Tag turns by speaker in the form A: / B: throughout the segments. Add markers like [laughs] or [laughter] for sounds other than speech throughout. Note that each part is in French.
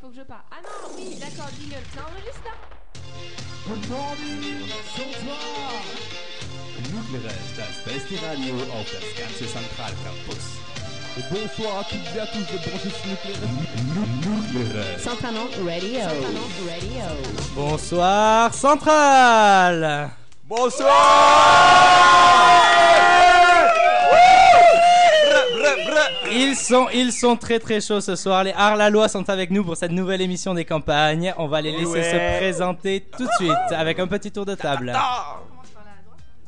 A: faut que je parle. Ah non, oui, d'accord, jingle. Ça enregistre là
B: Good morning, Sonsoir!
C: Klugere ist das beste Radio auf das ganze Zentralcampus.
B: Et bonsoir à toutes et à tous de Branches Nucléaires.
C: Klugere.
D: Centranon Radio.
E: Bonsoir Central Ils sont, ils sont très très chauds ce soir. Les Arlalois sont avec nous pour cette nouvelle émission des campagnes. On va les laisser se présenter tout de suite avec un petit tour de table.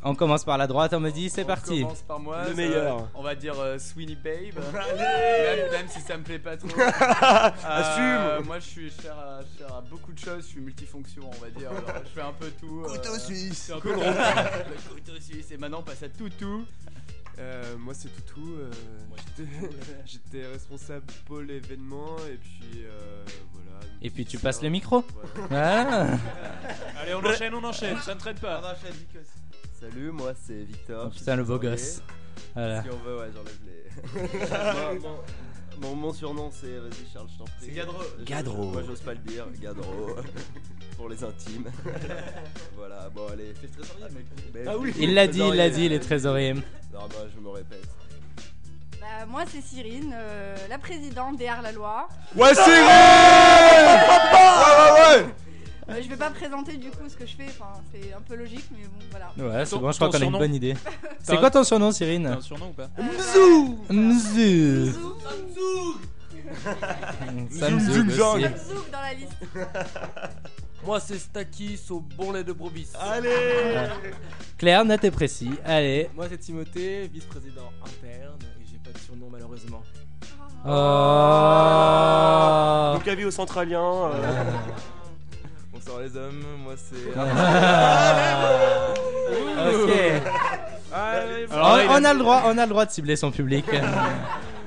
E: On commence par la droite, on me dit, c'est parti.
F: commence par moi.
B: Le
F: ça-
B: meilleur.
F: On va dire euh, Sweeney Babe. même, même si ça me plaît pas trop. Euh,
B: Assume.
F: Moi, je suis cher à, cher à beaucoup de choses. Je suis multifonction, on va dire. Alors, je fais un peu tout. euh,
B: Couteau suisse.
F: c'est un peu le le [laughs] couteau suisse. Et maintenant, on passe à toutou.
G: Euh, moi c'est Toutou, euh, j'étais- [laughs] j'étais responsable pôle événement et puis euh, voilà.
E: Et puis tu passes
H: [laughs]
E: le micro. Ah.
H: Allez, on enchaîne, on enchaîne, ça ne traite pas.
G: Salut, moi c'est Victor.
E: Oh, putain, le beau gosse. Voilà.
G: Si on veut, ouais, j'enlève les.
E: [laughs]
G: mon, mon- mon surnom c'est, vas-y Charles, je t'en prie.
F: C'est Gadro.
G: Je-
C: Gadro.
G: Moi j'ose pas le dire, Gadro. [laughs] Pour les intimes. voilà, bon allez.
F: C'est très sérieux, mec.
G: Ben,
B: Ah oui.
E: Il l'a dit, il l'a dit, il est trésorier.
G: Non, bah je me répète.
I: Bah, moi c'est Cyrine, euh, la présidente des Arts-la-Loi.
B: Ouais, c'est vrai! Ouais, ouais, ouais!
I: Euh, je vais pas présenter du coup ce que je fais, enfin c'est un peu logique mais bon voilà.
E: Ouais, c'est
H: Ton-
E: bon, je crois
H: ton
E: qu'on a une
H: surnom
E: bonne idée. C'est
H: T'as-
E: quoi ton surnom, Cyrine
H: T'as un surnom ou pas
I: Euh,
E: Mzu.
I: Zouk,
E: Sam
B: Zouk,
E: Zouk
B: Zouk.
E: aussi.
I: Zouk, Zouk dans
J: [laughs]
I: la liste.
K: Moi c'est Stakis au bon lait de brebis.
B: Allez!
E: Claire, net Ah. et précis. Allez.
K: Moi c'est Timothée, vice-président interne et j'ai pas de surnom malheureusement.
G: Ah.
E: Oh.
B: Donc, avis aux Centraliens. euh,
K: [laughs] Bonsoir les hommes, moi c'est.
E: [laughs] Ah. Ok. On, on a le droit, on a le droit de cibler son public.
K: [laughs]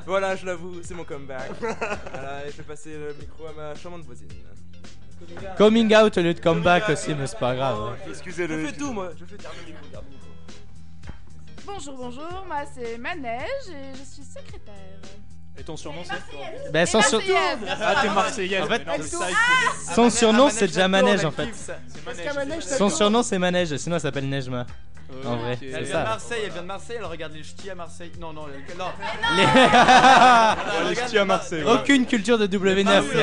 K: Voilà, je l'avoue, c'est mon comeback. voilà, et je vais passer le micro à ma charmante voisine.
E: Coming out au lieu de comeback aussi, mais c'est pas grave.
K: Je
B: Excusez-le.
K: fais tout moi, je fais
I: Bonjour, bonjour, moi c'est Manège et je suis secrétaire.
H: Et ton surnom c'est
E: Ben, son, sur-
H: Ah, t'es Marseillaise.
E: En fait,
H: mais non, c'est ça, il
E: son
G: Ah,
E: surnom c'est déjà Manège en fait.
H: faut-
F: Ah Parce
H: c'est
F: qu'à
H: Manège.
F: Manège,
E: Son surnom c'est Manège, sinon elle s'appelle Nejma.
H: Euh,
E: En vrai,
H: ok.
E: c'est
F: Elle vient
E: ça.
F: de Marseille, elle vient de Marseille, elle regarde les ch'tis à Marseille. Non, non, elle-
G: [laughs]
F: non.
E: Les-
F: Elle
B: les
F: regarde-
B: ch'tis à Marseille, ouais.
E: Aucune culture de W9.
F: Ah oui,
E: mec.
F: oui, oui,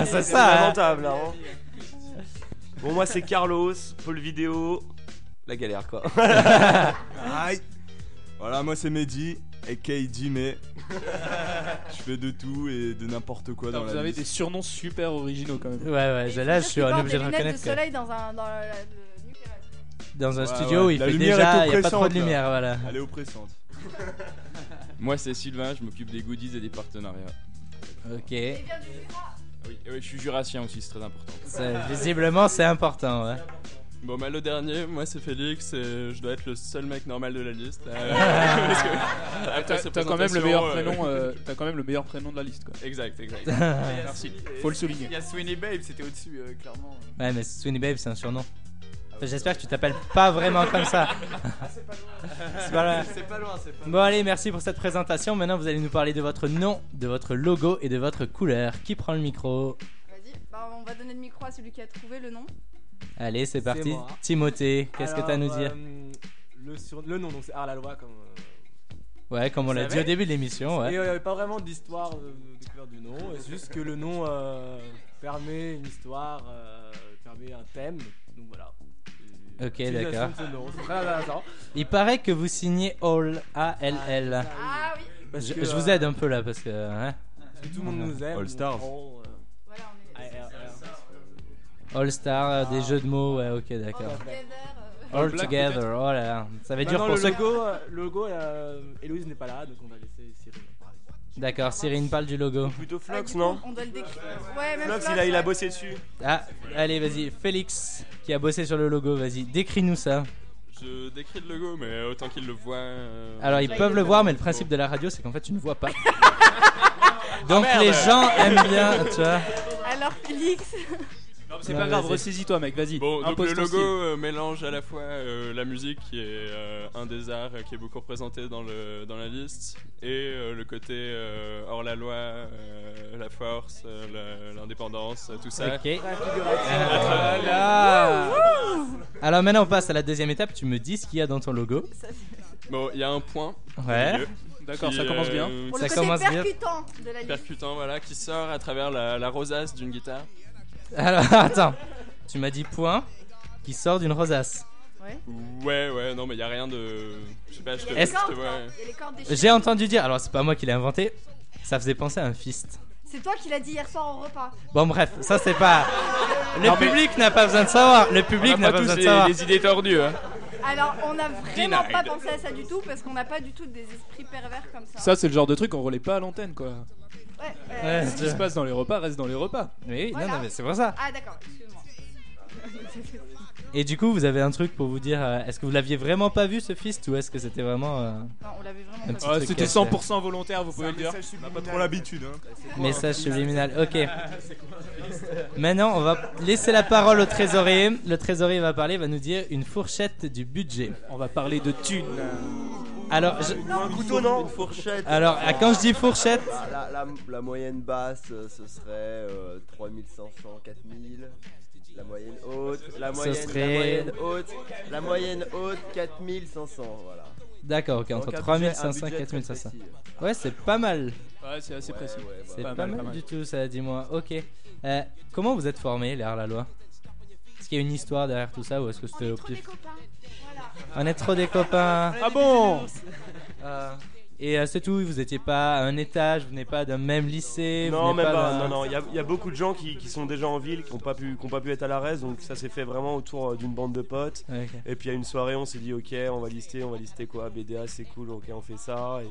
F: oui,
E: [laughs] c'est
F: oui,
E: ça. hein.
B: lamentable, là. hein.
E: [laughs]
B: Bon, moi, c'est Carlos, Paul Vidéo.
G: La galère
E: [laughs]
G: quoi.
E: Ah,
G: [laughs]
B: Aïe!
C: Voilà, moi c'est Mehdi, aka Jimé. je fais de tout et de n'importe quoi
H: Putain,
C: dans
H: Vous
C: la
H: avez
C: vie.
H: des surnoms super originaux quand même.
E: Ouais, ouais, je- là je suis un obligé de
I: lunettes de
E: reconnaître que
I: soleil dans un. Dans la- le nucléaire.
E: dans un
C: Ouais,
E: studio où
C: ouais,
E: il
C: la
E: fait
C: lumière
E: déjà,
C: est
E: il y a pas trop de
C: oppressante, là.
E: lumière, voilà.
C: Elle est oppressante.
L: Moi c'est Sylvain, je m'occupe des goodies et des partenariats.
E: Ok.
I: Et bien du Jura.
L: Ah Oui, et ouais, je suis jurassien aussi, c'est très important.
E: Ça, Visiblement c'est important, ouais.
L: Bon bah le dernier, moi c'est Félix et je dois être le seul mec normal de la liste.
H: [laughs]
L: Euh, parce que après
H: T'as
L: ces
H: t'as quand même le
L: présentations,
H: meilleur
L: euh,
H: prénom. euh, T'as quand même le meilleur prénom de la liste quoi.
L: Exact,
H: [laughs]
L: exact.
H: Merci. Faut le souligner.
F: Il y a Sweeney Babe, c'était au-dessus, euh, clairement.
E: Ouais, mais Sweeney Babe, c'est un surnom. J'espère que tu t'appelles pas vraiment comme ça. C'est pas loin.
F: C'est pas loin, c'est pas loin.
E: Bon, allez, merci pour cette présentation. Maintenant, vous allez nous parler de votre nom, de votre logo et de votre couleur. Qui prend le micro
I: Vas-y, bah, on va donner le micro à celui qui a trouvé le nom.
E: Allez, c'est parti.
K: moi.
E: Timothée, qu'est-ce que t'as à nous dire
K: euh, le, sur... le nom, donc c'est Arlalois comme. euh,
E: Ouais, comme on
K: vous
E: l'a dit
K: savez
E: au début de l'émission,
K: Et
E: ouais.
K: euh, pas vraiment d'histoire euh, de découverte du nom, c'est juste que le nom euh, permet une histoire, euh, permet un thème, donc voilà. Et-
E: Ok,
K: Utilisation
E: d'accord.
K: de ce nom, c'est très intéressant.
E: Il paraît que vous signez All, A-L-L.
I: Ah oui,
K: Parce
E: Je,
K: que,
E: je vous
K: euh,
E: aide un peu là parce que. hein.
K: parce que tout le monde nous aime.
C: All Stars.
K: on- on,
I: voilà, on
K: euh,
I: est.
K: ARR.
E: All Star, euh, des jeux de mots, ouais, ok, d'accord.
I: Together, euh,
E: All,
H: Black,
E: Together, oh là là. Ça
G: Bah
E: va être dur
K: Maintenant,
E: pour
K: le
E: ceux.
K: logo, euh, le logo euh, Héloïse n'est pas là, donc on va laisser Cyril en parler.
E: D'accord, Cyrine parle du logo.
B: Plutôt
L: Ah,
I: euh, du
B: Flox,
I: coup,
B: non?
I: On doit le
K: Euh,
I: décrire. Ouais, même
B: Flox,
I: Flox,
B: il a, il a
I: ouais.
B: bossé dessus.
E: Ah, allez, vas-y, Félix, qui a bossé sur le logo, vas-y, décris-nous ça.
L: Je décris le logo, mais autant qu'il le voit. euh,
E: Alors, ils
L: on-
E: peuvent le voir, mais le principe de la radio, c'est qu'en fait, tu ne vois pas. [laughs] Ah,
I: Ah,
E: Donc, les gens aiment bien, tu vois.
I: Alors Félix,
H: Non, mais c'est
E: euh,
H: pas grave, ressaisis-toi, mec, vas-y.
L: Bon, donc
H: Impose
L: le
H: ton
L: logo
H: style.
L: euh, mélange à la fois euh, la musique, qui est euh, un des arts euh, qui est beaucoup représenté dans, le, dans la liste, et euh, le côté euh, hors la loi, euh, la force, euh, la- l'indépendance, euh, tout ça.
E: Ok. Ah. Voilà. Alors maintenant on passe à la deuxième étape, tu me dis ce qu'il y a dans ton logo.
L: Bon, il y a un point. au
E: Ouais.
L: milieu,
H: D'accord,
L: qui,
H: ça commence bien.
L: euh,
I: Pour
E: Ça
I: le côté
E: commence bien.
I: percutant de la liste.
L: Percutant, voilà, qui sort à travers la, la rosace d'une guitare.
E: Alors [laughs] attends, tu m'as dit point qui sort d'une rosace.
L: Ouais, ouais, non, mais il n'y a rien de. Je sais pas, je te.
E: Est-ce-
L: je te- ouais.
I: Il y a les cordes déchirées.
E: J'ai entendu dire, alors c'est pas moi qui l'ai inventé, ça faisait penser à un fist.
I: C'est toi qui l'as dit hier soir au repas.
E: Bon bref, ça c'est pas... Le
H: Non, mais-
E: public n'a pas besoin de savoir, le public n'a pas, besoin de savoir.
H: idées tordues. Hein.
I: Alors, on n'a vraiment
L: Denied.
I: pas pensé à ça du tout parce qu'on n'a pas du tout des esprits pervers comme ça.
H: Ça, c'est le genre de truc qu'on relaie pas à l'antenne, quoi.
I: Ouais, euh,
E: Ouais,
H: Ce qui se
E: c'est-
H: passe dans les repas reste dans les repas.
E: Mais oui, non,
I: Voilà.
E: non, mais c'est pour ça.
I: Ah, d'accord,
E: [laughs]
I: excuse-moi.
E: Et du coup, vous avez un truc pour vous dire, euh, est-ce que vous l'aviez vraiment pas vu ce fist ou est-ce que c'était vraiment... euh,
I: Non, on l'avait vraiment
E: Un
I: pas.
E: petit-
I: dit.
E: Ah,
H: Ah,
E: truc
H: C'était
E: caché.
H: 100% volontaire, vous pouvez le dire.
C: On a pas trop l'habitude, hein.
E: Message subliminal, ok. Maintenant, on va laisser la parole au trésorier. Le trésorier va parler, va nous dire une fourchette du budget.
H: On va parler de thunes.
E: Alors, je-
B: Un couteau, non Une fourchette.
E: alors ah, quand je dis fourchette,
F: La, la- la moyenne basse, euh, ce serait euh, 3500, 4000. La moyenne haute, la
E: Ce
F: moyenne,
E: serait-
F: la moyenne haute, la moyenne haute, 4500, voilà.
E: d'accord, ok, entre
F: Donc un budget- un
E: 3500 et
F: budget très
E: 4500.
F: précis.
E: Ouais, c'est pas mal.
H: Ouais, c'est assez
F: Ouais,
H: précis.
F: ouais,
E: C'est
H: Pas
E: pas,
H: mal,
E: mal,
H: pas mal.
E: du tout, ça, dis-moi. Ok. Euh, comment vous êtes formé, l'air la loi Est-ce qu'il y a une histoire derrière tout ça ou est-ce que
A: On
E: c'était
A: est
E: au
A: trop des
E: pif
A: copains. Voilà.
E: On est trop des copains.
H: Ah bon
J: [laughs]
E: Euh, et euh, c'est tout, vous étiez pas à un étage, vous n'êtes pas d'un même lycée. vous
B: Non,
E: venez
B: même pas.
E: d'un-
B: Non, non. Il y a- il y, a beaucoup de gens qui, qui sont déjà en ville, qui n'ont pas, pu- qui ont pas pu être à la reste, donc ça s'est fait vraiment autour euh, d'une bande de potes.
E: Ok.
B: Et puis à une soirée, on s'est dit, ok, on va lister, on va lister quoi, BDA, c'est cool, ok, on fait ça. Et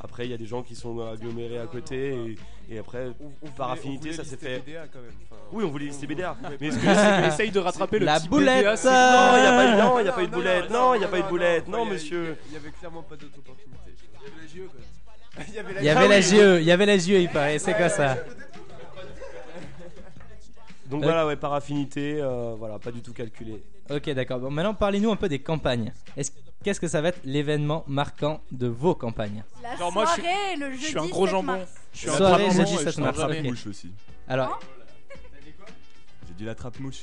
B: après, il y a des gens qui sont agglomérés à côté. Et, et après, par affinité, ça s'est fait. Oui, on voulait lister BDA. Mais [laughs] ce que
H: Essaye de rattraper le
E: La
H: petit
E: boulette
H: BDA, c'est-
B: Non, il n'y a pas,
E: euh,
B: non, y a pas eu de boulette. Non, il n'y a pas eu de boulette. Non,
G: il y a-
B: monsieur.
G: Il y avait clairement pas d'autre opportunité. Il y avait la
E: Il y avait la GE, il y avait la GE, il paraît. C'est quoi ça
B: Donc
E: Euh,
B: voilà, ouais, par affinité, euh, voilà, pas du tout calculé.
E: Ok, d'accord. Bon, maintenant, parlez-nous un peu des campagnes. Est-ce- Qu'est-ce que ça va être l'événement marquant de vos campagnes
I: La
H: Genre, moi, je suis-
I: soirée, le jeudi
H: je suis un gros
I: 7
H: jambon.
I: mars.
H: Je suis un
E: Soirée,
H: grand
E: jeudi,
H: moment et
E: ça
H: je
E: se marche.
H: change
E: Ok.
C: Trappe
H: jamais.
C: mouche aussi.
I: Hein
E: Alors,
C: J'ai dit la
G: Ah,
C: trappe
I: [laughs]
C: mouche.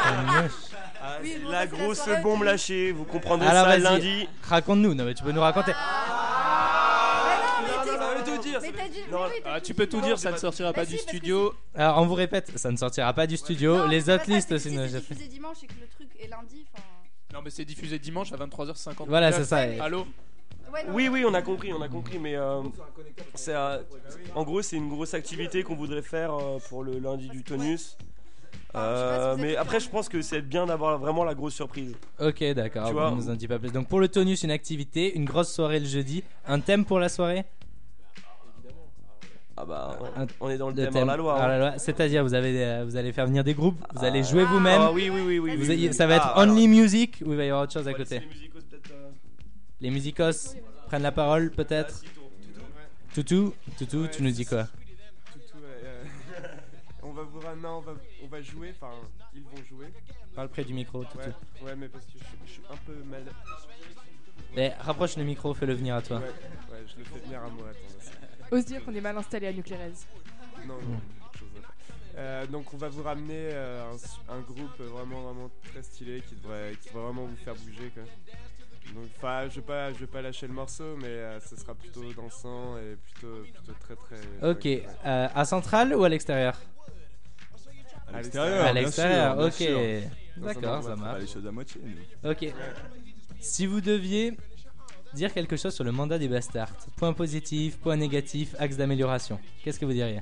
I: Oui, bon,
B: Ah, la
I: ça, c'est la
B: grosse
I: soirée
B: bombe
I: où-
B: lâchée, vous comprendrez
E: Alors,
B: ça
E: vas-y.
B: lundi.
E: raconte-nous. Non, mais tu peux nous raconter.
I: Ah, non, mais t'es-
B: tout dire.
I: mais t'as dit.
B: Non,
I: mais oui, t'as
H: Ah,
I: dit-
H: tu peux tout
I: Non,
H: dire, ça ne sortira
G: Ah,
H: pas
I: Bah si,
H: du
I: parce que
H: studio.
E: Alors, on vous répète, ça ne sortira pas du studio.
I: Non, mais
E: Les
I: c'est pas
E: autres
I: ça,
E: listes
I: c'est
E: aussi,
I: que
E: ne
I: si
E: j'ai
I: c'est
E: fait.
I: diffusé dimanche et que le truc est lundi. enfin,
H: Non, mais c'est diffusé dimanche à 23h59.
E: Voilà, c'est ça.
H: Allô
I: ouais, non.
B: Oui, oui, on a compris, on a compris, mais euh, c'est, euh, en gros, c'est une grosse activité qu'on voudrait faire euh, pour le lundi du tonus. Euh, mais après, je pense que c'est bien d'avoir vraiment la grosse surprise.
E: Ok, d'accord.
B: Tu
E: On
B: vois,
E: nous en dit pas plus. Donc, pour le tonus, une activité, une grosse soirée le jeudi, un thème pour la soirée.
B: Ah bah,
E: Un-
B: on est dans le
E: Le
B: thème, hors la loi.
E: hors
B: hein.
E: la loi. C'est-à-dire, vous avez, euh, vous allez faire venir des groupes, vous allez jouer
I: Ah.
E: vous-même.
B: Ah oui, oui, oui, oui.
E: Vous
B: oui,
E: avez-
B: oui.
E: ça va être
B: Ah,
E: only music ou il va y avoir autre chose à
B: alors.
E: côté
B: euh.
E: Les musicos prennent la parole peut-être Toutou, Toutou, tu nous dis quoi
G: Toutou, ouais, euh, [laughs] on va vous ramener, on va, on va jouer, enfin, ils vont jouer.
E: Parle près du micro, Toutou.
G: Ouais, ouais, mais parce que je, je suis un peu mal.
E: Mais Eh, rapproche le micro, fais-le venir à
G: Ouais,
E: toi.
G: ouais, je le fais venir à moi, attends.
A: Ose dire qu'on est mal installé à Nuclérez.
G: Non, non,
E: Hmm.
G: je vois pas. Euh, donc on va vous ramener euh, un, s- un groupe vraiment vraiment très stylé qui devrait, qui devrait vraiment vous faire bouger quoi. Donc enfin, je vais pas, je vais pas lâcher le morceau, mais euh, ce sera plutôt dansant et plutôt, plutôt très très.
E: Ok,
G: ouais.
E: euh, à centrale ou à l'extérieur
C: À
G: Ah,
C: l'extérieur.
E: À
C: bien
E: l'extérieur,
C: sûr, bien
E: ok.
C: sûr.
E: D'accord,
G: Dans un
E: ça
C: On fait Pas
E: marche.
C: les choses à moitié. nous.
E: Ok. Si vous deviez dire quelque chose sur le mandat des bastards, point positif, point négatif, axe d'amélioration, qu'est-ce que vous diriez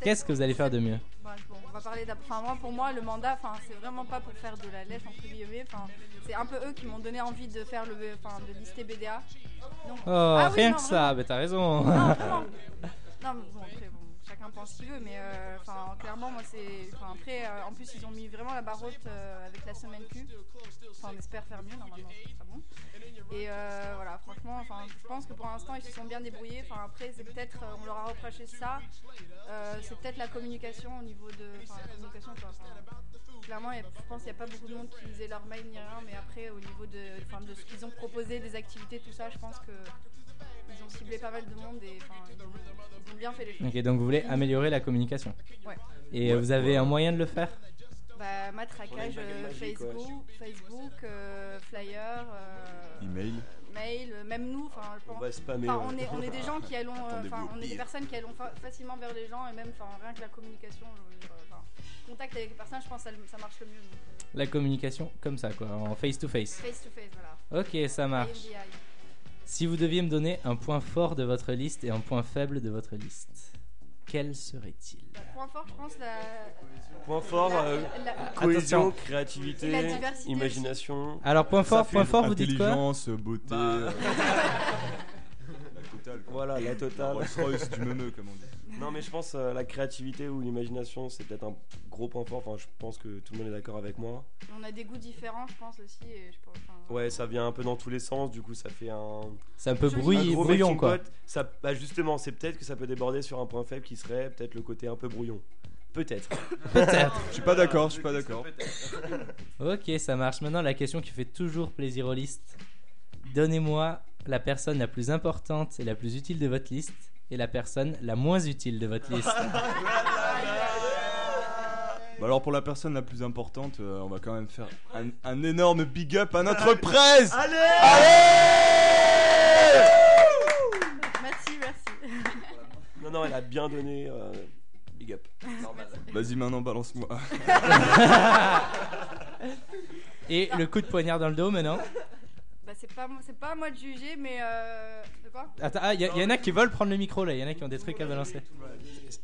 E: Qu'est-ce que vous allez faire de mieux
I: Bon, bon, on va parler d'ab- Enfin, moi, pour moi, le mandat, enfin, c'est vraiment pas pour faire de la lèche entre guillemets. Enfin, c'est un peu eux qui m'ont donné envie de faire le, enfin, de lister BDA. Donc,
E: Oh,
I: Ah oui,
E: rien
I: non,
E: que ça, bah t'as raison.
I: non, vraiment. Non, mais bon, après, bon, chacun pense prend ce qu'il veut, mais euh, enfin, clairement, moi, c'est. Enfin, après, euh, en plus, ils ont mis vraiment la barre haute euh, avec la semaine Q. Enfin, on espère faire mieux, normalement, c'est pas bon. Et euh, voilà, franchement, enfin, je pense que pour l'instant, ils se sont bien débrouillés. Enfin, après, c'est peut-être, euh, on leur a reproché ça. Euh, c'est peut-être la communication au niveau de. Enfin, la communication, quoi. Enfin, clairement, il y a- je pense qu'il n'y a pas beaucoup de monde qui lisait leur mail ni rien, mais après, au niveau de, enfin, de ce qu'ils ont proposé, des activités, tout ça, je pense que. Ils ont ciblé pas mal de monde et enfin, ils, ont, ils ont bien fait les
E: [laughs]
I: choses.
E: Ok, donc vous voulez améliorer la communication.
I: Ouais.
E: Et euh, vous avez un moyen de le faire
I: Bah, matraquage,
F: On a une baguette
I: euh,
F: magique, ouais.
I: Facebook, Facebook euh, flyer, euh,
C: Email.
I: mail, euh, même nous, enfin, je pense.
B: va spammer,
I: Enfin,
B: ouais.
I: on, est, on est des gens qui
B: [laughs]
I: allons, euh,
B: Attendez-vous
I: enfin,
B: au
I: on est des
B: pire.
I: personnes qui allons fa- facilement vers les gens et même, enfin, rien que la communication, je veux dire, euh, enfin, contact avec les personnes, je pense, que ça, ça marche le mieux. donc, euh,
E: La communication comme ça, quoi, en face to face.
I: Face to face, voilà.
E: Ok, ça marche.
I: IMDI.
E: Si vous deviez me donner un point fort de votre liste et un point faible de votre liste, quel serait-il
I: Bah, point fort, je pense, la.
B: Point fort,
I: la-
B: euh,
I: la- la-
B: cohésion,
E: Attention.
B: créativité,
I: Et la diversité
B: imagination.
E: Alors, point fort, point fort, vous dites quoi
C: Intelligence, beauté.
B: Bah,
I: [laughs]
C: euh,
B: [laughs]
C: la totale. quoi.
B: Voilà, la totale.
C: Rolls Royce du meuneu, comme on dit.
B: [laughs] Non, mais je pense euh, la créativité ou l'imagination, c'est peut-être un gros point fort. Enfin, je pense que tout le monde est d'accord avec moi.
I: On a des goûts différents, je pense aussi. Et je pense, enfin,
B: Ouais, ça vient un peu dans tous les sens, du coup, ça fait un.
E: C'est un peu brouillé-
B: gros
E: brouillon,
B: melting
E: quoi.
B: pot. Ça, bah justement, c'est peut-être que ça peut déborder sur un point faible qui serait peut-être le côté un peu brouillon. Peut-être.
E: [laughs] Peut-être.
C: Je suis pas d'accord, je suis pas d'accord.
E: Ok, ça marche. Maintenant, la question qui fait toujours plaisir aux listes. Donnez-moi la personne la plus importante et la plus utile de votre liste et la personne la moins utile de votre
I: [laughs]
E: liste.
C: Bah alors pour la personne la plus importante, euh, on va quand même faire un, un énorme big up à notre presse.
B: Allez
I: Merci, [laughs] merci.
B: [laughs] Non, non, elle a bien donné. euh, big up.
C: Vas-y maintenant balance-moi.
E: [laughs]
C: [laughs]
E: et le coup de poignard dans le dos maintenant.
I: Bah, c'est pas, c'est pas à moi de juger, mais. euh, De quoi
E: Attends, ah, il y, en a qui veulent prendre le micro là, il y en a qui ont des trucs à balancer.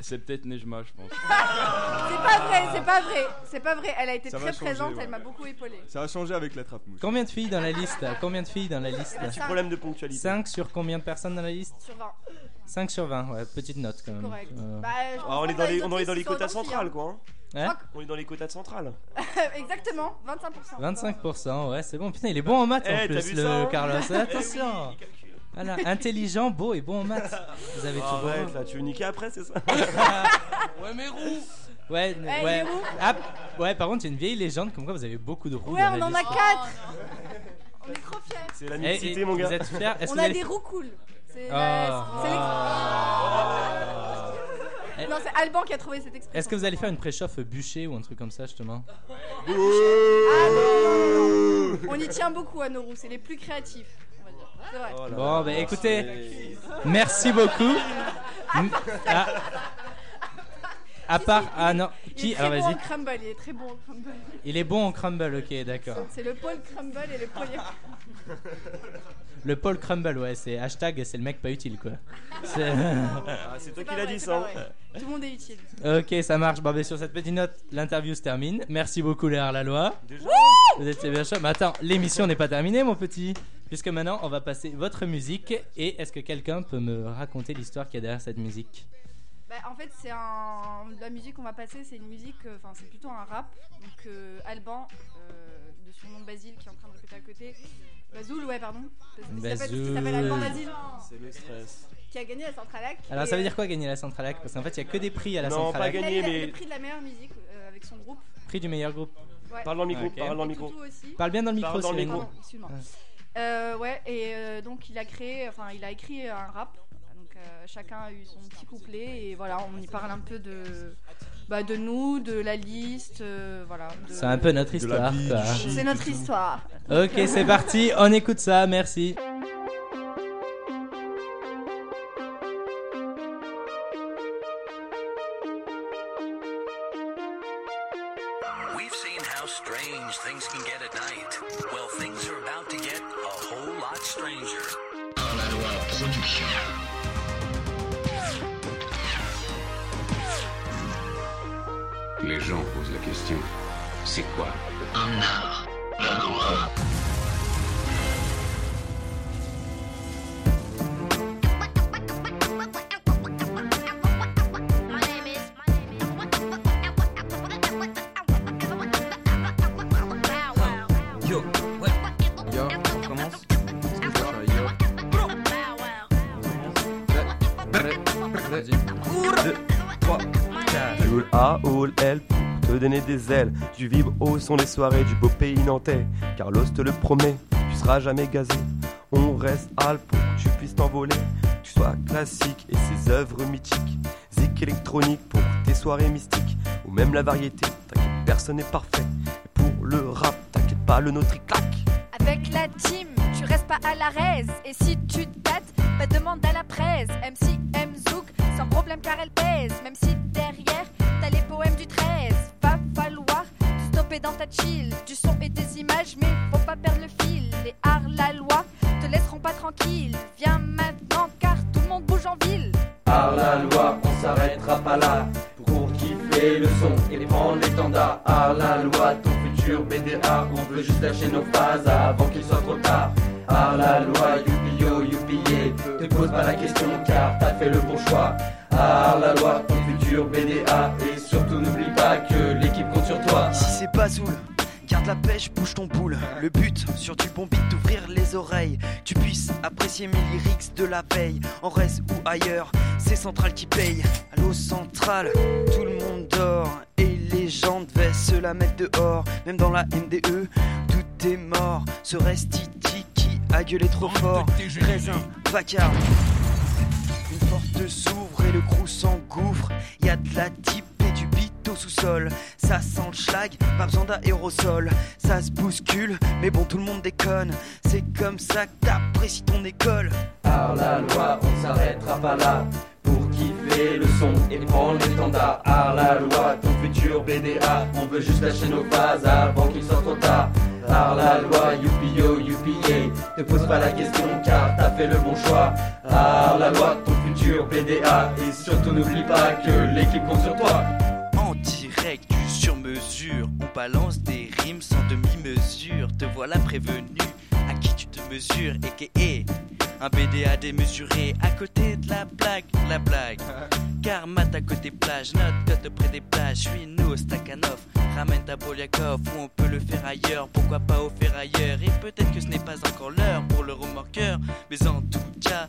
L: C'est peut-être Nejma, je pense.
I: C'est pas vrai, c'est pas vrai, c'est pas vrai. Elle a été
C: Ça va
I: très
C: changer,
I: présente,
C: ouais.
I: elle m'a beaucoup épaulée.
C: Ça a changé avec la trappe mouche.
E: Combien de filles dans la liste Combien de filles dans la liste
I: Petit problème
B: de ponctualité.
E: 5 sur combien de personnes dans la liste
I: Sur 20,
E: 5 sur 20, ouais, petite note quand même.
I: correct.
E: Euh,
I: Bah, je
B: Ah, on est
I: pense
B: dans
I: que
B: les,
I: autres
B: on est dans
I: listes
B: les
I: sont
B: quotas
I: autant filles,
B: centrales, quoi.
E: hein
B: On est dans les quotas centrales.
I: hein. [laughs] Exactement, 25%.
E: 25%, ouais, c'est bon. Putain, il est bon en maths
B: Eh,
E: en
B: t'as
E: plus,
B: vu
E: le
B: ça, hein
E: Carlos.
B: [laughs] Eh oui,
E: Attention. voilà, intelligent, beau et bon en
I: [laughs]
E: maths. Vous avez tout bon.
B: Arrête, là, tu veux niquer après, c'est ça
K: Ouais, mais roux
E: Ouais,
I: Eh, il
E: ouais.
I: est roux.
E: Ah, ouais, par contre, il y a une vieille légende comme quoi vous avez beaucoup de roux.
I: Ouais,
E: dans
I: on
E: la
I: en a
E: liste.
I: 4. On est trop fiers.
B: [laughs] C'est la
E: Eh,
B: mixité,
E: eh,
B: mon gars.
E: Vous êtes fiers Est-ce
I: On
E: que
I: a
E: vous
I: des
E: avez-
I: roues cool. C'est
E: Ah.
I: la- c'est l'ex-
E: Eh.
I: Non, c'est Alban qui a trouvé cette expression.
E: Ah. Est-ce que vous allez faire une préchauffe bûcher ou un truc comme ça, justement
I: Ah non, non, non, non. On y tient beaucoup à nos roues, c'est les plus créatifs. on va dire. C'est [laughs] vrai.
B: Oh là
E: Bon,
B: là,
E: bah
B: c'est-
E: écoutez, merci beaucoup. M- ah. À part. Ah non,
I: Il est
E: qui
I: très
E: Alors
I: bon hein. en
E: vas-y.
I: crumble, il est très bon en crumble.
E: Il est bon en crumble, ok, d'accord.
I: C'est le pôle crumble et le pôle.
E: Le Paul Crumble, ouais, c'est hashtag, c'est le mec pas utile, quoi. C'est-
I: [laughs]
B: Ah, c'est toi
I: C'est
B: qui
I: pas
B: l'as
I: vrai,
B: dit,
I: c'est
B: ça.
I: pas vrai. Tout le monde est utile.
E: ok, ça marche. Bon, ben, sur cette petite note, l'interview se termine. Merci beaucoup, Léa Laloy.
B: Déjà
E: Vous étiez bien chaud. Mais attends, l'émission n'est pas terminée, mon petit. Puisque maintenant, on va passer votre musique. Et est-ce que quelqu'un peut me raconter l'histoire qu'il y a derrière cette musique
I: Bah, en fait, c'est un... la musique qu'on va passer, c'est une musique, euh, enfin, c'est plutôt un rap. Donc, euh, Alban, euh, de son nom Basile, qui est en train de répéter à côté. Bazoul, ouais, pardon. Parce qu'il s'appelle- parce qu'il s'appelle Alban
E: Bazoul.
I: Basile,
B: C'est le stress.
I: qui a gagné la Centralac.
E: Alors,
I: Et,
E: ça veut
I: euh,
E: dire quoi gagner la Centralac Parce qu'en fait, il y a que des prix à la
B: Non, pas
E: Centralac.
I: il a
B: gagner,
I: eu la-
B: mais-
I: Le prix de la meilleure musique euh, avec son groupe.
E: Prix du meilleur groupe.
I: Ouais.
B: Parle dans le micro,
E: Ok.
B: parle dans le
I: Et
B: micro.
I: Toutou aussi.
E: Parle bien dans le micro,
B: Parle dans le
E: Cyril.
B: micro.
I: Pardon, excuse-moi.
E: Ah.
I: Euh, ouais, et euh, donc il a créé, enfin il a écrit un rap. Donc euh, chacun a eu son petit couplet et voilà, on y parle un peu de, bah, de nous, de la liste, euh, voilà. de-
E: C'est un peu notre
C: De la
E: histoire.
C: vie,
E: quoi.
C: du shit.
I: C'est notre histoire.
E: Ok, c'est parti. On écoute ça. Merci.
D: We've seen how strange things can get at night. Well, things are about to get a whole lot stranger.
M: Les gens posent la question, c'est quoi
N: My name is
B: 2, 3, 4. Joule A, Oul, L, te donner des ailes. Tu vibres au son des soirées du beau pays nantais. Carlos te le promet, tu seras jamais gazé. On reste Al pour que tu puisses t'envoler. Que tu sois classique et ses œuvres mythiques. Zik électronique pour tes soirées mystiques. Ou même la variété, t'inquiète, personne n'est parfait. Et pour le rap, t'inquiète pas, le nôtre il claque.
N: Avec la team, tu restes pas à la raise. Et si tu te tâtes, bah demande à la presse. MC M Zouk, sans problème car elle pèse. Même si derrière, t'as les poèmes du 13. Va falloir te stopper dans ta chill. Du son et des images, mais faut pas perdre le fil. Les arts, la loi, te laisseront pas tranquille. Viens maintenant car tout le monde bouge en ville.
J: Par la loi, on s'arrêtera pas là pour kiffer le son et prendre l'étendard. À la loi, ton futur BDA, on veut juste lâcher nos phases avant qu'il soit trop tard. À la loi, Yupio, Yupillé, te pose pas la question car t'as fait le bon choix. À la loi, ton futur BDA, et surtout n'oublie pas que l'équipe compte sur toi.
O: Si c'est pas Zoul, garde la pêche, bouge ton boule. Le but, sur du bon beat, d'ouvrir les oreilles. Tu puisses apprécier mes lyrics de la veille. En reste ou ailleurs, c'est Central qui paye. Allô Central, tout le monde dort. Et les gens devaient se la mettre dehors. Même dans la E, MDE, tout est mort. Ce reste Titi qui a gueulé trop fort. Raisin, vacarme. Une porte s'ouvre et le crew s'engouffre. Y a de la type et du beat au sous-sol. Ça sent le schlag, pas besoin d'aérosol. Ça se bouscule, mais bon, tout le monde déconne. C'est comme ça que t'apprécies ton école.
J: Par la loi, on s'arrêtera pas là pour kiffer le son et prendre l'étendard. À la loi, ton futur BDA, on veut juste lâcher nos phases avant qu'il soit trop tard. Par la loi, youpio, youpillé, ne pose pas la question car t'as fait le bon choix. Par la loi, ton futur BDA, et surtout n'oublie pas que l'équipe compte sur toi.
O: En direct du sur-mesure, on balance des rimes sans demi-mesure. Te voilà prévenu, à qui tu te mesures, et un BDA démesuré à côté de la blague, la blague. Car mat à côté plage, notre cote près des plages. Je suis nous au Stakhanov, ramène ta Poliakov ou on peut le faire ailleurs. Pourquoi pas au ferrailleur Et peut-être que ce n'est pas encore l'heure pour le remorqueur. Mais en tout cas,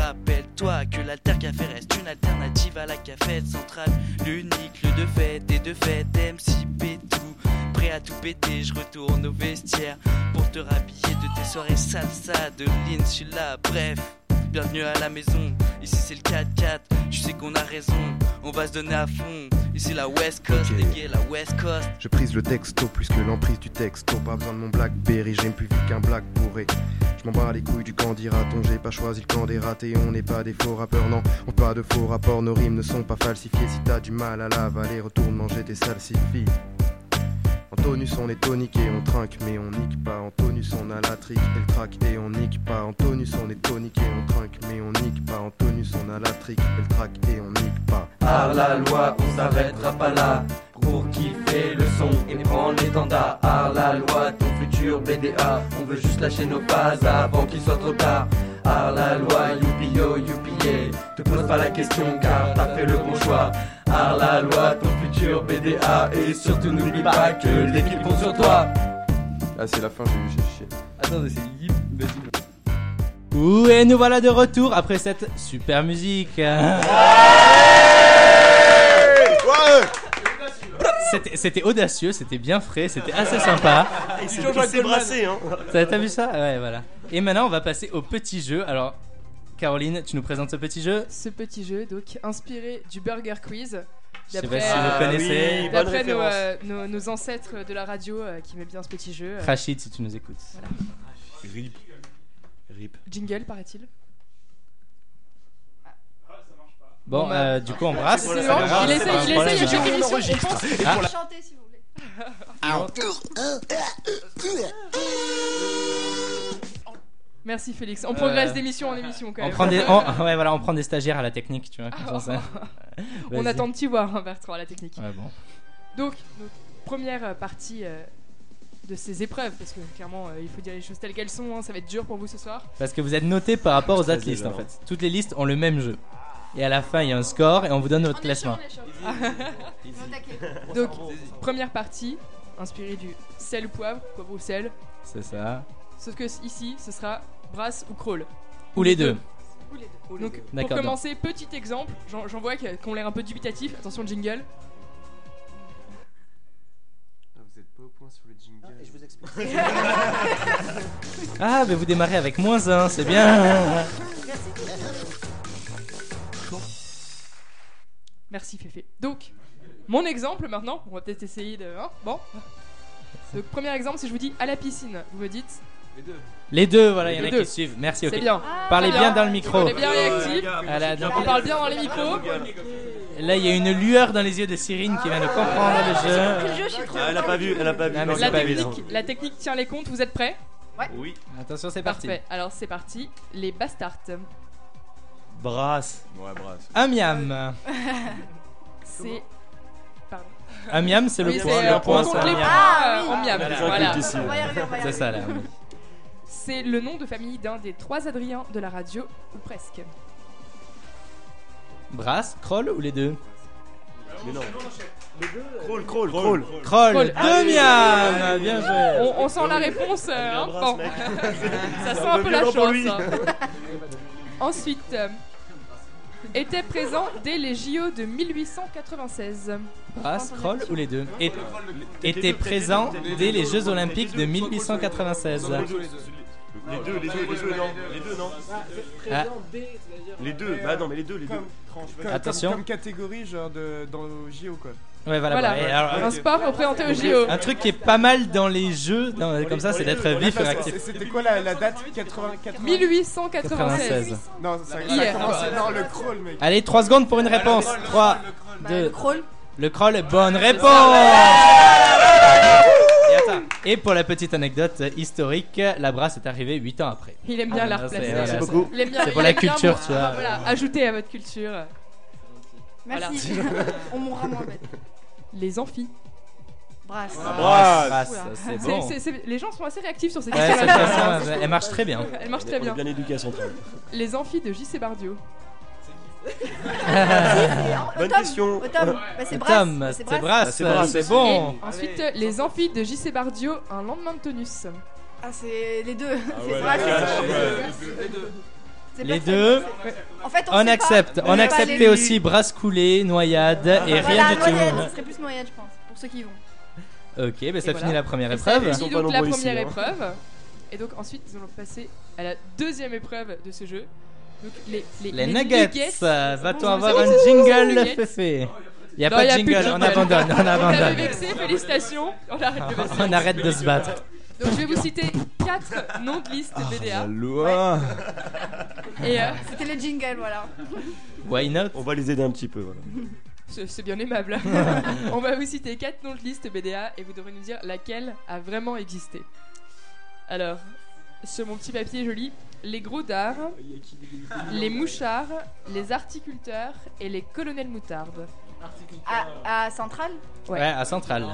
O: rappelle-toi que l'alter café reste une alternative à la cafette centrale. L'unique lieu de fête et de fête, MCP tout. Prêt à tout péter, je retourne au vestiaire pour te rhabiller de tes soirées salsa de l'insula. Bref, bienvenue à la maison. Ici c'est le 4-4, je sais qu'on a raison. On va se donner à fond. Ici la West Coast,
P: Ok.
O: les gays, la West Coast.
P: Je prise le texto plus que l'emprise du texto. Pas besoin de mon Blackberry, j'aime plus vite qu'un black bourré. Je m'en bats les couilles du candidaton, j'ai pas choisi le camp des ratés. On n'est pas des faux rappeurs, non, on pas de faux rapports. Nos rimes ne sont pas falsifiées. Si t'as du mal à l'avaler, retourne manger tes salsifis. En tonus on est tonique et on trinque, mais on nique pas. En tonus on a la trique et le trac et on nique pas. En tonus on est tonique et on trinque, mais on nique pas. En tonus on a la trique et le trac et on nique pas.
J: Par la loi, on s'arrêtera pas là pour kiffer le son et prendre l'étendard. Par la loi, ton futur BDA, on veut juste lâcher nos bases avant qu'il soit trop tard. Par la loi, youpio, youpillé, te pose pas la question car t'as fait le bon choix. Par la loi, ton futur BDA, et surtout n'oublie pas que l'équipe compte sur toi.
F: Ah, c'est la fin, j'ai j'ai chier.
J: Attendez, c'est Yip, vas-y.
E: Ouh, et nous voilà de retour après cette super musique. [laughs] C'était- C'était audacieux, c'était bien frais, c'était assez sympa.
B: Il s'est- il s'est brassé, hein.
E: T'as t'as vu ça Ouais, voilà. Et maintenant, on va passer au petit jeu. Alors, Caroline, tu nous présentes ce petit jeu
A: Ce petit jeu, donc inspiré du Burger Quiz.
E: Je sais
A: d'après- euh,
E: pas si vous Ah connaissez. oui, bonne
A: D'après nos,
E: référence.
A: euh, nos- nos ancêtres de la radio euh, qui aimaient bien ce petit jeu. euh,
E: Rachid, si tu nous écoutes.
B: Rip. Rip.
A: Jingle, paraît-il.
E: Bon, euh, du coup, on brasse.
A: C'est bon,
E: C'est pas grave,
A: il
E: c'est
A: essaye,
E: pas un
A: il essaye,
E: problème.
A: il check l'émission, on
E: Enregistre.
A: pense.
E: Ah.
A: Voilà. Merci Félix. On progresse
E: Euh,
A: d'émission en émission quand
E: On
A: même.
E: prend,
A: [laughs]
E: des, on- ouais, voilà, on prend des stagiaires à la technique, tu vois. comme ça.
A: Ah.
E: [laughs]
A: On [laughs]
E: Vas-y.
A: attend de t'y voir, hein, Bertrand, à la technique.
E: Ouais, bon.
A: Donc, notre première euh, partie euh, de ces épreuves, parce que clairement, euh, il faut dire les choses telles qu'elles sont, hein, ça va être dur pour vous ce soir.
E: Parce que vous êtes noté par rapport aux
B: stresse
E: autres listes
B: déjà,
E: en
B: hein.
E: fait. Toutes les listes ont le même jeu. Et à la fin, il y a un score et on vous donne
A: Ah,
E: votre classement.
A: Donc, première partie, inspirée du sel ou poivre, poivre ou sel.
E: C'est ça.
A: Sauf que ici, ce sera brasse ou crawl.
E: Ou les deux.
K: les
A: Donc,
K: deux.
A: pour
E: D'accord,
A: commencer, petit exemple. J'en j'en vois qui qui ont l'air un peu dubitatifs. Attention, jingle.
G: Ah, vous êtes pas au point sur le jingle. et je vous explique. [laughs]
E: Ah, mais vous démarrez avec moins 1, c'est bien.
A: Merci Féfé. Donc, mon exemple maintenant, on va peut-être essayer de. hein, bon. Donc, premier exemple, si je vous dis à la piscine, vous me dites.
G: Les deux.
E: Les deux, voilà, il y en a
A: Les deux.
E: qui suivent. Merci, ok.
A: C'est bien.
E: Parlez
A: Très
E: bien. dans le micro.
A: On est bien réactif.
B: Euh,
E: Ah là, donc-
A: on parle bien dans les micros.
E: Là, il y a une lueur dans les yeux de Cyrine qui vient de comprendre le
A: compris le jeu,
E: jeu.
A: je suis trop
B: Ah, elle a pas vu, elle a pas vu.
E: Non, mais
B: non,
E: c'est
B: elle a
E: pas
B: pas vu,
E: évident.
A: La technique tient les comptes, vous êtes prêts Ouais.
B: Oui.
E: Attention, c'est parti.
A: Parfait. Alors, c'est parti.
B: [laughs]
A: Les bastards.
E: Brasse.
C: Ouais, brasse.
E: Un miam.
A: c'est. Pardon.
E: Un miam, c'est le
A: Oui,
E: point.
A: euh,
E: Le point,
A: on
E: c'est
A: compte
E: un
A: les
E: miam.
A: points,
E: Ah,
A: euh,
E: oui.
A: en miam.
E: Voilà. Les gens
A: Voilà.
E: qui le disent. On va y arriver, on va y C'est ça, arriver. là.
A: C'est le nom de famille d'un des trois Adriens de la radio, ou presque.
E: Brasse, crawl ou les deux
B: Mais non.
E: Crawl, crawl,
B: crawl.
E: Crawl,
A: Crawl.
E: deux miam. Ah, Bien joué.
A: On, on sent la réponse. euh, hein, bon. [laughs]
E: [laughs]
A: ça sent un peu la
E: violent pour
A: chance.
E: lui.
A: hein. [laughs] Ensuite, euh, était présent dès les JO de 1896.
E: Brasse, crawl ou les deux Et-
B: les deux,
E: Était
B: les deux,
E: présent
B: les deux,
E: dès
B: les
E: les
B: deux,
E: Jeux
B: les
E: Olympiques de 1896.
B: Les deux, les deux, les deux, non. Les deux, non.
E: Ah.
B: Les deux, bah non, mais les deux, les deux.
E: Attention.
G: Comme catégorie, genre de, dans le JO quoi.
E: Ouais, voilà.
A: Voilà.
E: bah, et alors-
A: Un sport représenté au JO.
E: Un truc qui est pas mal dans les jeux, dans- comme ça, c'est d'être vif et
G: Attends,
E: réactif.
G: c'est- C'était quoi la, la date 80, 80
A: 1896.
G: Non, ça, ça a
A: Hier.
G: commencé- Non, le crawl, mec.
E: Allez, 3 secondes pour une réponse. 3, 2.
G: le crawl.
E: Le crawl est bonne réponse. Et, attends, et pour la petite anecdote euh, historique, la brasse est arrivée 8 ans après.
A: Il aime bien
E: Ah,
A: l'art
E: c'est-
A: plastique.
E: voilà, c'est-
A: Il aime bien-
E: c'est pour
A: il
E: la
A: aime bien
E: culture,
A: mon-
E: tu vois.
A: Voilà, Ah, ajoutez à votre culture.
I: Merci. [laughs] On mourra moins bête.
A: Les amphis.
I: Brasse.
E: Brasse. Ah, Brasse,
A: Oula.
E: c'est bon.
A: c'est- c'est- les gens sont assez réactifs sur ces
E: Ouais,
A: questions.
E: cette question, elle- elle marche très bien.
A: Elle marche
B: On est-
A: très
B: on est
A: bien.
B: Bien éduqué à son travail.
A: Les amphis de J.C. Bardio.
B: Bonne question.
A: c'est
I: Bah,
E: Le Brasse, tome, c'est c'est Brasse. Brasse, euh,
B: Ah, Brasse,
E: c'est bon.
A: Et ensuite, les amphis de J.C. Bardio, un lendemain de tonus.
I: Ah, c'est les deux.
E: ouais,
I: c'est Brasse.
E: les
I: c'est
E: deux.
I: les deux. C'est
E: Les
I: pas
E: deux.
I: très- En fait, on,
E: On
I: sait pas.
E: accepte. On
I: sait pas
E: accepte
I: les-
E: aussi brasse coulée, noyade et
I: Voilà,
E: rien du
I: noyade, Ce
E: tout.
I: serait plus noyade, je pense, pour ceux qui y vont.
E: Ok, bah ça
A: Et
E: finit
A: voilà.
E: la première
A: Et ça
E: épreuve.
A: finit donc la
G: hein.
A: première épreuve. Et donc ensuite, nous allons passer à la deuxième épreuve de ce jeu. Donc les, les-
E: Les
A: les
E: nuggets. euh, Va-t-on avoir un jingle Féfé Il n'y a
A: Non,
E: pas
A: y
E: de
A: plus
E: jingle, on abandonne, on
A: Vous l'avez
E: abandonne.
A: vexé, félicitations. On arrête de vexer.
E: On arrête de se battre.
A: Donc je vais vous citer quatre noms de liste BDA.
C: loi.
A: Et euh,
I: C'était les jingles, voilà.
E: Why not
B: On va les aider un petit peu. Voilà.
A: [laughs] c'est c'est
E: [laughs]
A: bien aimable. On va vous citer quatre noms de liste BDA et vous devrez nous dire laquelle a vraiment existé. Alors, sur mon petit papier joli, les gros d'art, les mouchards, les articulteurs et les colonels moutardes.
I: Ah, À, à Centrale
E: Ouais, à Centrale.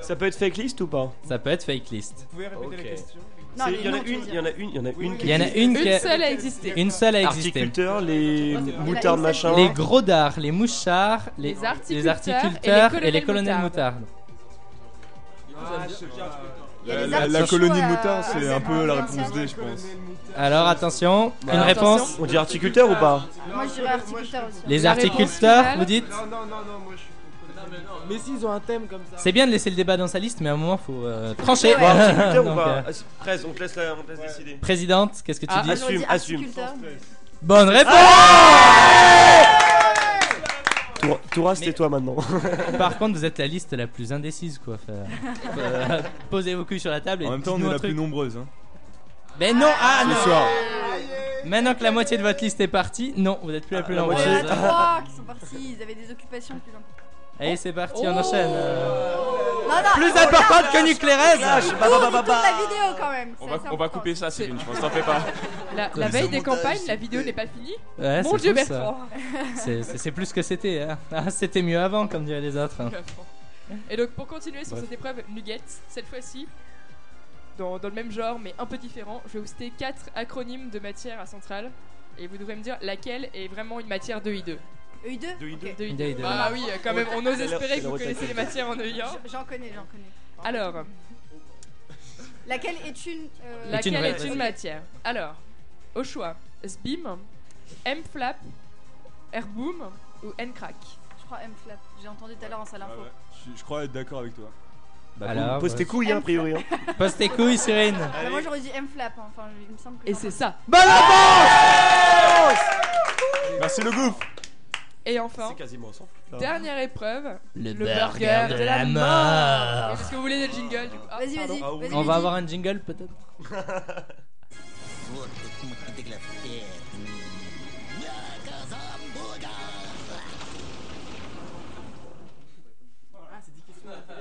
B: Ça peut être fake list ou pas
E: Ça peut être fake list.
G: Vous pouvez répéter la question
I: Non,
B: C'est-
I: les
B: Il y en a
I: noms, tu
B: une,
I: veux
B: il y en a une, il y en a une.
E: Il y en a une qui a- Une seule a existé.
B: Articulteurs, les moutardes, machin.
E: Les gros dards, les mouchards, les,
A: Les articulteurs
E: articulteurs
A: et les
E: et les colonels
A: colonels
E: moutardes.
C: La, la- la colonie
I: euh,
C: moutard, c'est un peu la réponse D, je pense.
E: Alors Bah, attention, une réponse.
B: On dit articulteur ou pas
I: Moi, je dirais articulteur aussi.
E: Les articulteurs, vous dites
K: Non, non, non, non, moi je suis. mais non. Mais s'ils ont un thème comme ça.
E: C'est bien de laisser le débat dans sa liste, mais à un moment faut euh, trancher.
B: Bon, articulteur ou
E: [laughs] Donc,
B: pas
E: euh,
B: Ah, c'est- 13, on te laisse, la- on te laisse décider.
E: Présidente, qu'est-ce que tu
B: Ah,
E: dis
B: Assume, assume. Ah
E: Bonne réponse
B: Tour- Touras, c'est toi maintenant.
E: [laughs] Par contre, vous êtes la liste la plus indécise, quoi. Enfin, euh, posez vos culs sur la table. Et
C: En même temps, on
E: dites-nous
C: est
E: un
C: la
E: truc.
C: plus nombreuse. hein.
E: Mais non, ah
C: Ce
E: non
C: soir.
E: Maintenant que la moitié de votre liste est partie, non, vous n'êtes plus la plus nombreuse.
I: Il y en a trois qui sont partis, ils avaient des occupations plus importantes.
E: [laughs] Allez, c'est parti,
A: Oh.
E: on enchaîne. euh.
I: Non, non,
E: Plus
I: on regarde,
E: importante que nucléaire
I: on tourne, on tourne la vidéo quand même.
L: On
I: c'est
L: va,
I: assez
L: on va couper ça, Céline, je pense, t'en fais pas.
A: La, la veille des campagnes, la vidéo n'est pas finie.
E: Ouais,
A: Mon
E: c'est
A: dieu,
E: fou, ça.
A: Bertrand.
E: [laughs] C'est- C'est c'est plus que c'était. hein. Ah, c'était mieux avant, comme diraient les autres. hein.
A: Et donc pour continuer sur
E: Bref.
A: cette épreuve Nugget, cette fois-ci, dans, dans le même genre mais un peu différent, je vais vous citer 4 acronymes de matière à centrale et vous devrez me dire laquelle est vraiment une matière de I2.
I: E2
A: 2I2
E: 2I2.
A: Bah oui, quand même, on ose
I: C'est la-
A: espérer
I: c'est
A: que
I: la
A: vous connaissez les
I: retraite.
A: matières en EI1.
I: J'en connais, j'en connais.
A: hein. Alors,
I: Laquelle est une. euh,
A: laquelle est une matière Alors, au choix, SBIM, M-Flap, Airboom ou N-Crack
I: Je crois M-Flap. J'ai entendu tout à l'heure en salle
C: Ah
I: info.
C: ouais, je, je crois être d'accord avec toi.
E: Bah, Alors, pose tes
B: couilles, hein, a priori. hein.
E: [laughs] Pose tes couilles, Cyrine.
I: Bah, moi j'aurais dit M-Flap. hein. Enfin, il me semble que.
A: Et c'est ça.
E: Bonne réponse
G: Bah,
C: Merci le gouffre.
A: Et enfin,
B: quasiment sans flip, là.
A: dernière épreuve,
E: Le
A: burger de la mort.
E: mort.
A: Est-ce que vous voulez des jingles du coup Ah,
I: Vas-y,
A: pardon.
I: vas-y, Ah, oui. vas-y,
E: On va avoir
I: [laughs]
E: un jingle peut-être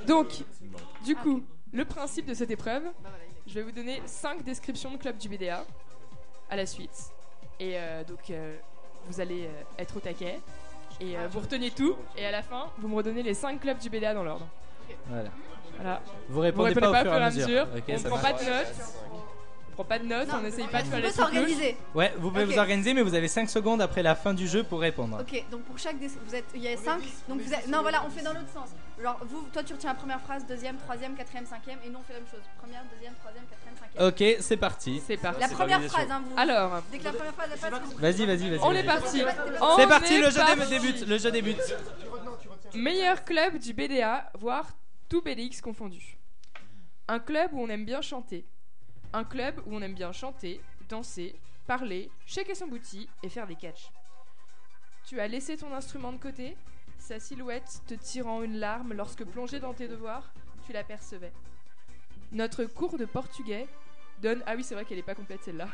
A: Donc, du coup, le principe de cette épreuve, je vais vous donner 5 descriptions de clubs du BDA à la suite. Et euh, donc, euh, vous allez euh, être au taquet. Et euh, vous retenez tout. Et à la fin, vous me redonnez les 5 clubs du BDA dans l'ordre.
E: Voilà.
A: Voilà.
E: Vous répondez pas au fur et à mesure. Ok,
A: on
E: ça
A: prend
E: marche.
A: pas de notes. On prend pas de notes, on n'essaye pas de faire
I: on
A: les
I: peut
A: trucs louches.
I: s'organiser.
E: Ouais, vous pouvez
I: Ok.
E: vous organiser, mais vous avez 5 secondes après la fin du jeu pour répondre.
I: Ok, donc pour chaque des... vous êtes il y a 5 donc vous êtes... non voilà, on fait dans l'autre sens. Genre vous toi tu retiens la première phrase, deuxième, troisième, quatrième, cinquième et nous on fait la même chose. Première, deuxième, troisième, quatrième, cinquième.
E: Ok, c'est parti.
A: C'est parti.
I: La première phrase hein, vous
A: Alors.
I: Dès que la première phrase elle passe, vous-
E: Vas-y, vas-y, vas-y.
A: On
E: vas-y.
A: est parti.
E: C'est
A: On
E: parti,
A: est
E: le jeu dé-
A: parti.
E: débute. Le jeu débute.
A: Meilleur club du BDA, voire tout BDX confondu. Un club où on aime bien chanter. Un club où on aime bien chanter, danser, parler, shaker son bouti et faire des catchs. Tu as laissé ton instrument de côté, sa silhouette te tirant une larme lorsque plongé dans tes devoirs, tu l'apercevais. Notre cours de portugais donne. Ah oui, c'est vrai qu'elle n'est pas complète
E: [laughs]
A: celle-là.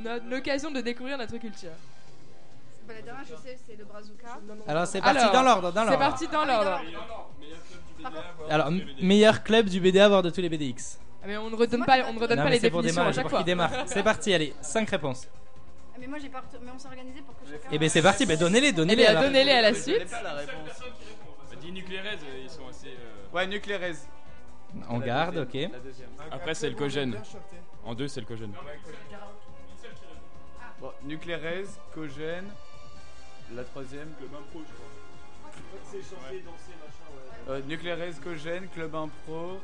A: No- L'occasion de découvrir notre culture.
I: Bah, la dernière je sais, c'est le bazooka. Ah,
E: Alors, c'est parti dans l'ordre, dans
A: C'est
E: l'ordre.
A: parti dans l'ordre.
E: Alors, m- meilleur club du BDA, voire de tous les BDX.
A: Ah, Mais on ne redonne pas, on ne redonne
E: Non,
A: pas
E: mais
A: les
E: c'est pour
A: définitions
E: démarrer,
A: à
E: c'est
A: chaque
E: pour
A: fois.
E: qu'il démarre. C'est parti, allez, 5 réponses.
I: Ah, Mais moi j'ai pas rete- mais on s'est organisé pour que chacun
E: Et ben c'est parti, ben donnez-les, donnez-les.
A: Eh ben,
E: alors.
A: donnez-les à la
L: Je
A: suite.
L: connais pas la réponse. Bah, dis Nuclérez, ils sont assez. euh,
G: Ouais, nucléaire.
E: On garde, ok.
L: Après, c'est le cogène. En deux, c'est le cogène.
G: Bon, nucléaire, cogène. La troisième. Club impro, je crois. C'est chanter, danser, machin, ouais. nucléaire, Euh, cogène, club impro.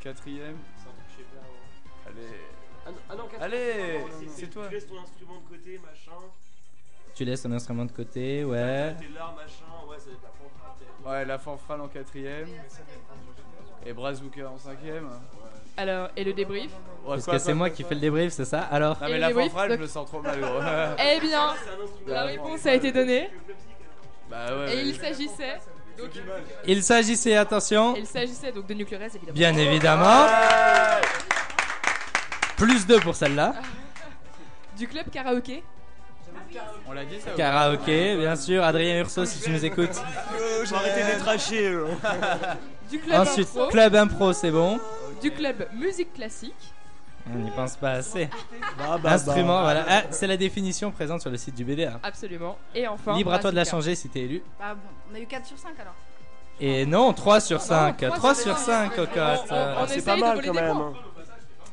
G: Quatrième. Allez. Allez, c'est toi.
B: Tu laisses ton instrument de côté, machin.
E: Tu laisses ton instrument de côté, ouais.
B: T'es là, machin. Ouais, ça va être la fanfare. t'es-
G: Ouais, la fanfrale en quatrième. Et Brazuka en cinquième.
A: Alors, et le débrief
G: Ouais,
E: Parce
G: quoi,
E: que c'est
G: quoi,
E: moi
G: quoi,
E: qui
G: quoi.
E: fais le débrief, c'est ça Alors.
G: Non mais
A: Et
G: la
A: les whiffs,
G: fanfrale,
A: donc-
G: je me sens trop malheureux.
A: [laughs] Eh bien, la réponse a été donnée
G: Bah ouais.
A: et il s'agissait donc
E: Il s'agissait, attention,
A: il s'agissait donc de Nucleares évidemment.
E: bien évidemment. Plus 2 pour celle-là.
A: Du club karaoké.
G: On l'a dit ça.
E: Karaoké, bien sûr. Adrien Urso, si tu nous écoutes.
G: J'ai arrêté d'être haché.
A: Euh,
E: euh,
A: Du club
E: Ensuite,
A: impro.
E: club impro, c'est bon.
A: Du club musique classique.
E: On n'y pense pas assez.
A: bah,
K: bah.
E: Instrument, voilà. Ah, c'est la définition présente sur le site du BDA.
A: Absolument. Et enfin.
E: Libre à toi de la
A: Brazuca.
E: changer si t'es élu.
I: Bah bon, on a eu 4 sur 5 alors.
E: Et non, 3
A: Ah
E: sur 5.
I: trois
E: 3
I: sur
E: sur
I: cinq.
E: 5, cocotte.
A: On- on- on essaye de voler des points.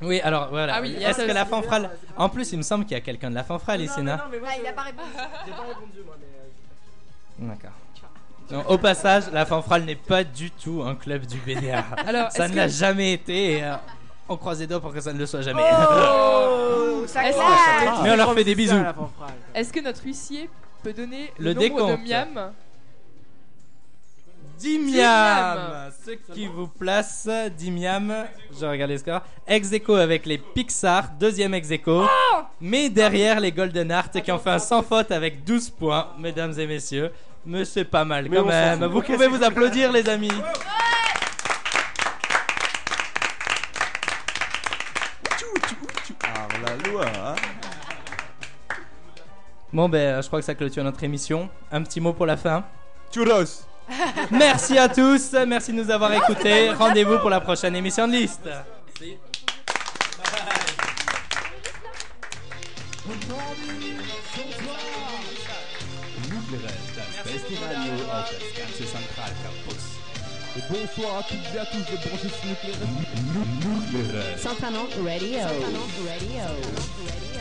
E: Oui, alors voilà.
A: Ah oui, il y a
E: Est-ce
A: ça
E: que la
A: aussi.
E: fanfrale. En plus, il me semble qu'il y a quelqu'un de la fanfrale ici, non
I: Ah, il a pas répondu.
K: J'ai pas répondu moi, mais. euh,
E: D'accord. Non, au passage, la fanfrale n'est pas du tout un club du BDA.
A: Alors,
E: ça
A: est-ce
E: ne
A: que-
E: l'a jamais été. et, euh, on croise les doigts pour que ça ne le soit jamais. [laughs]
A: Oh, [laughs] ça
E: Est-ce-
A: claque.
E: Mais on leur fait des bisous.
A: Est-ce que notre huissier peut donner
E: Le
A: le, nombre de
E: décompte.
A: miams
E: 10
A: Dix
E: miams
A: miams.
E: Ce qui vous place, 10 miams. Je regarde les scores. ex aequo avec les Pixar, deuxième ex aequo. mais derrière les Golden Hearts qui ont fait un sans faute avec 12 points, mesdames et messieurs. Mais c'est pas mal
K: Mais
E: quand
K: on s'en
E: même.
K: fout.
E: Vous pouvez vous applaudir, les amis.
C: Ah la loi. hein.
E: Bon, ben, je crois que ça clôture notre émission. Un petit mot pour la fin.
C: Churros.
E: Merci à tous, merci de nous avoir
K: Non, c'est
E: écoutés.
K: pas bon,
E: Rendez-vous pour la prochaine émission de liste.
Q: Bonsoir à toutes et à tous de brancher sur le
P: tá
J: tá
R: Santana Radio. Santana Radio.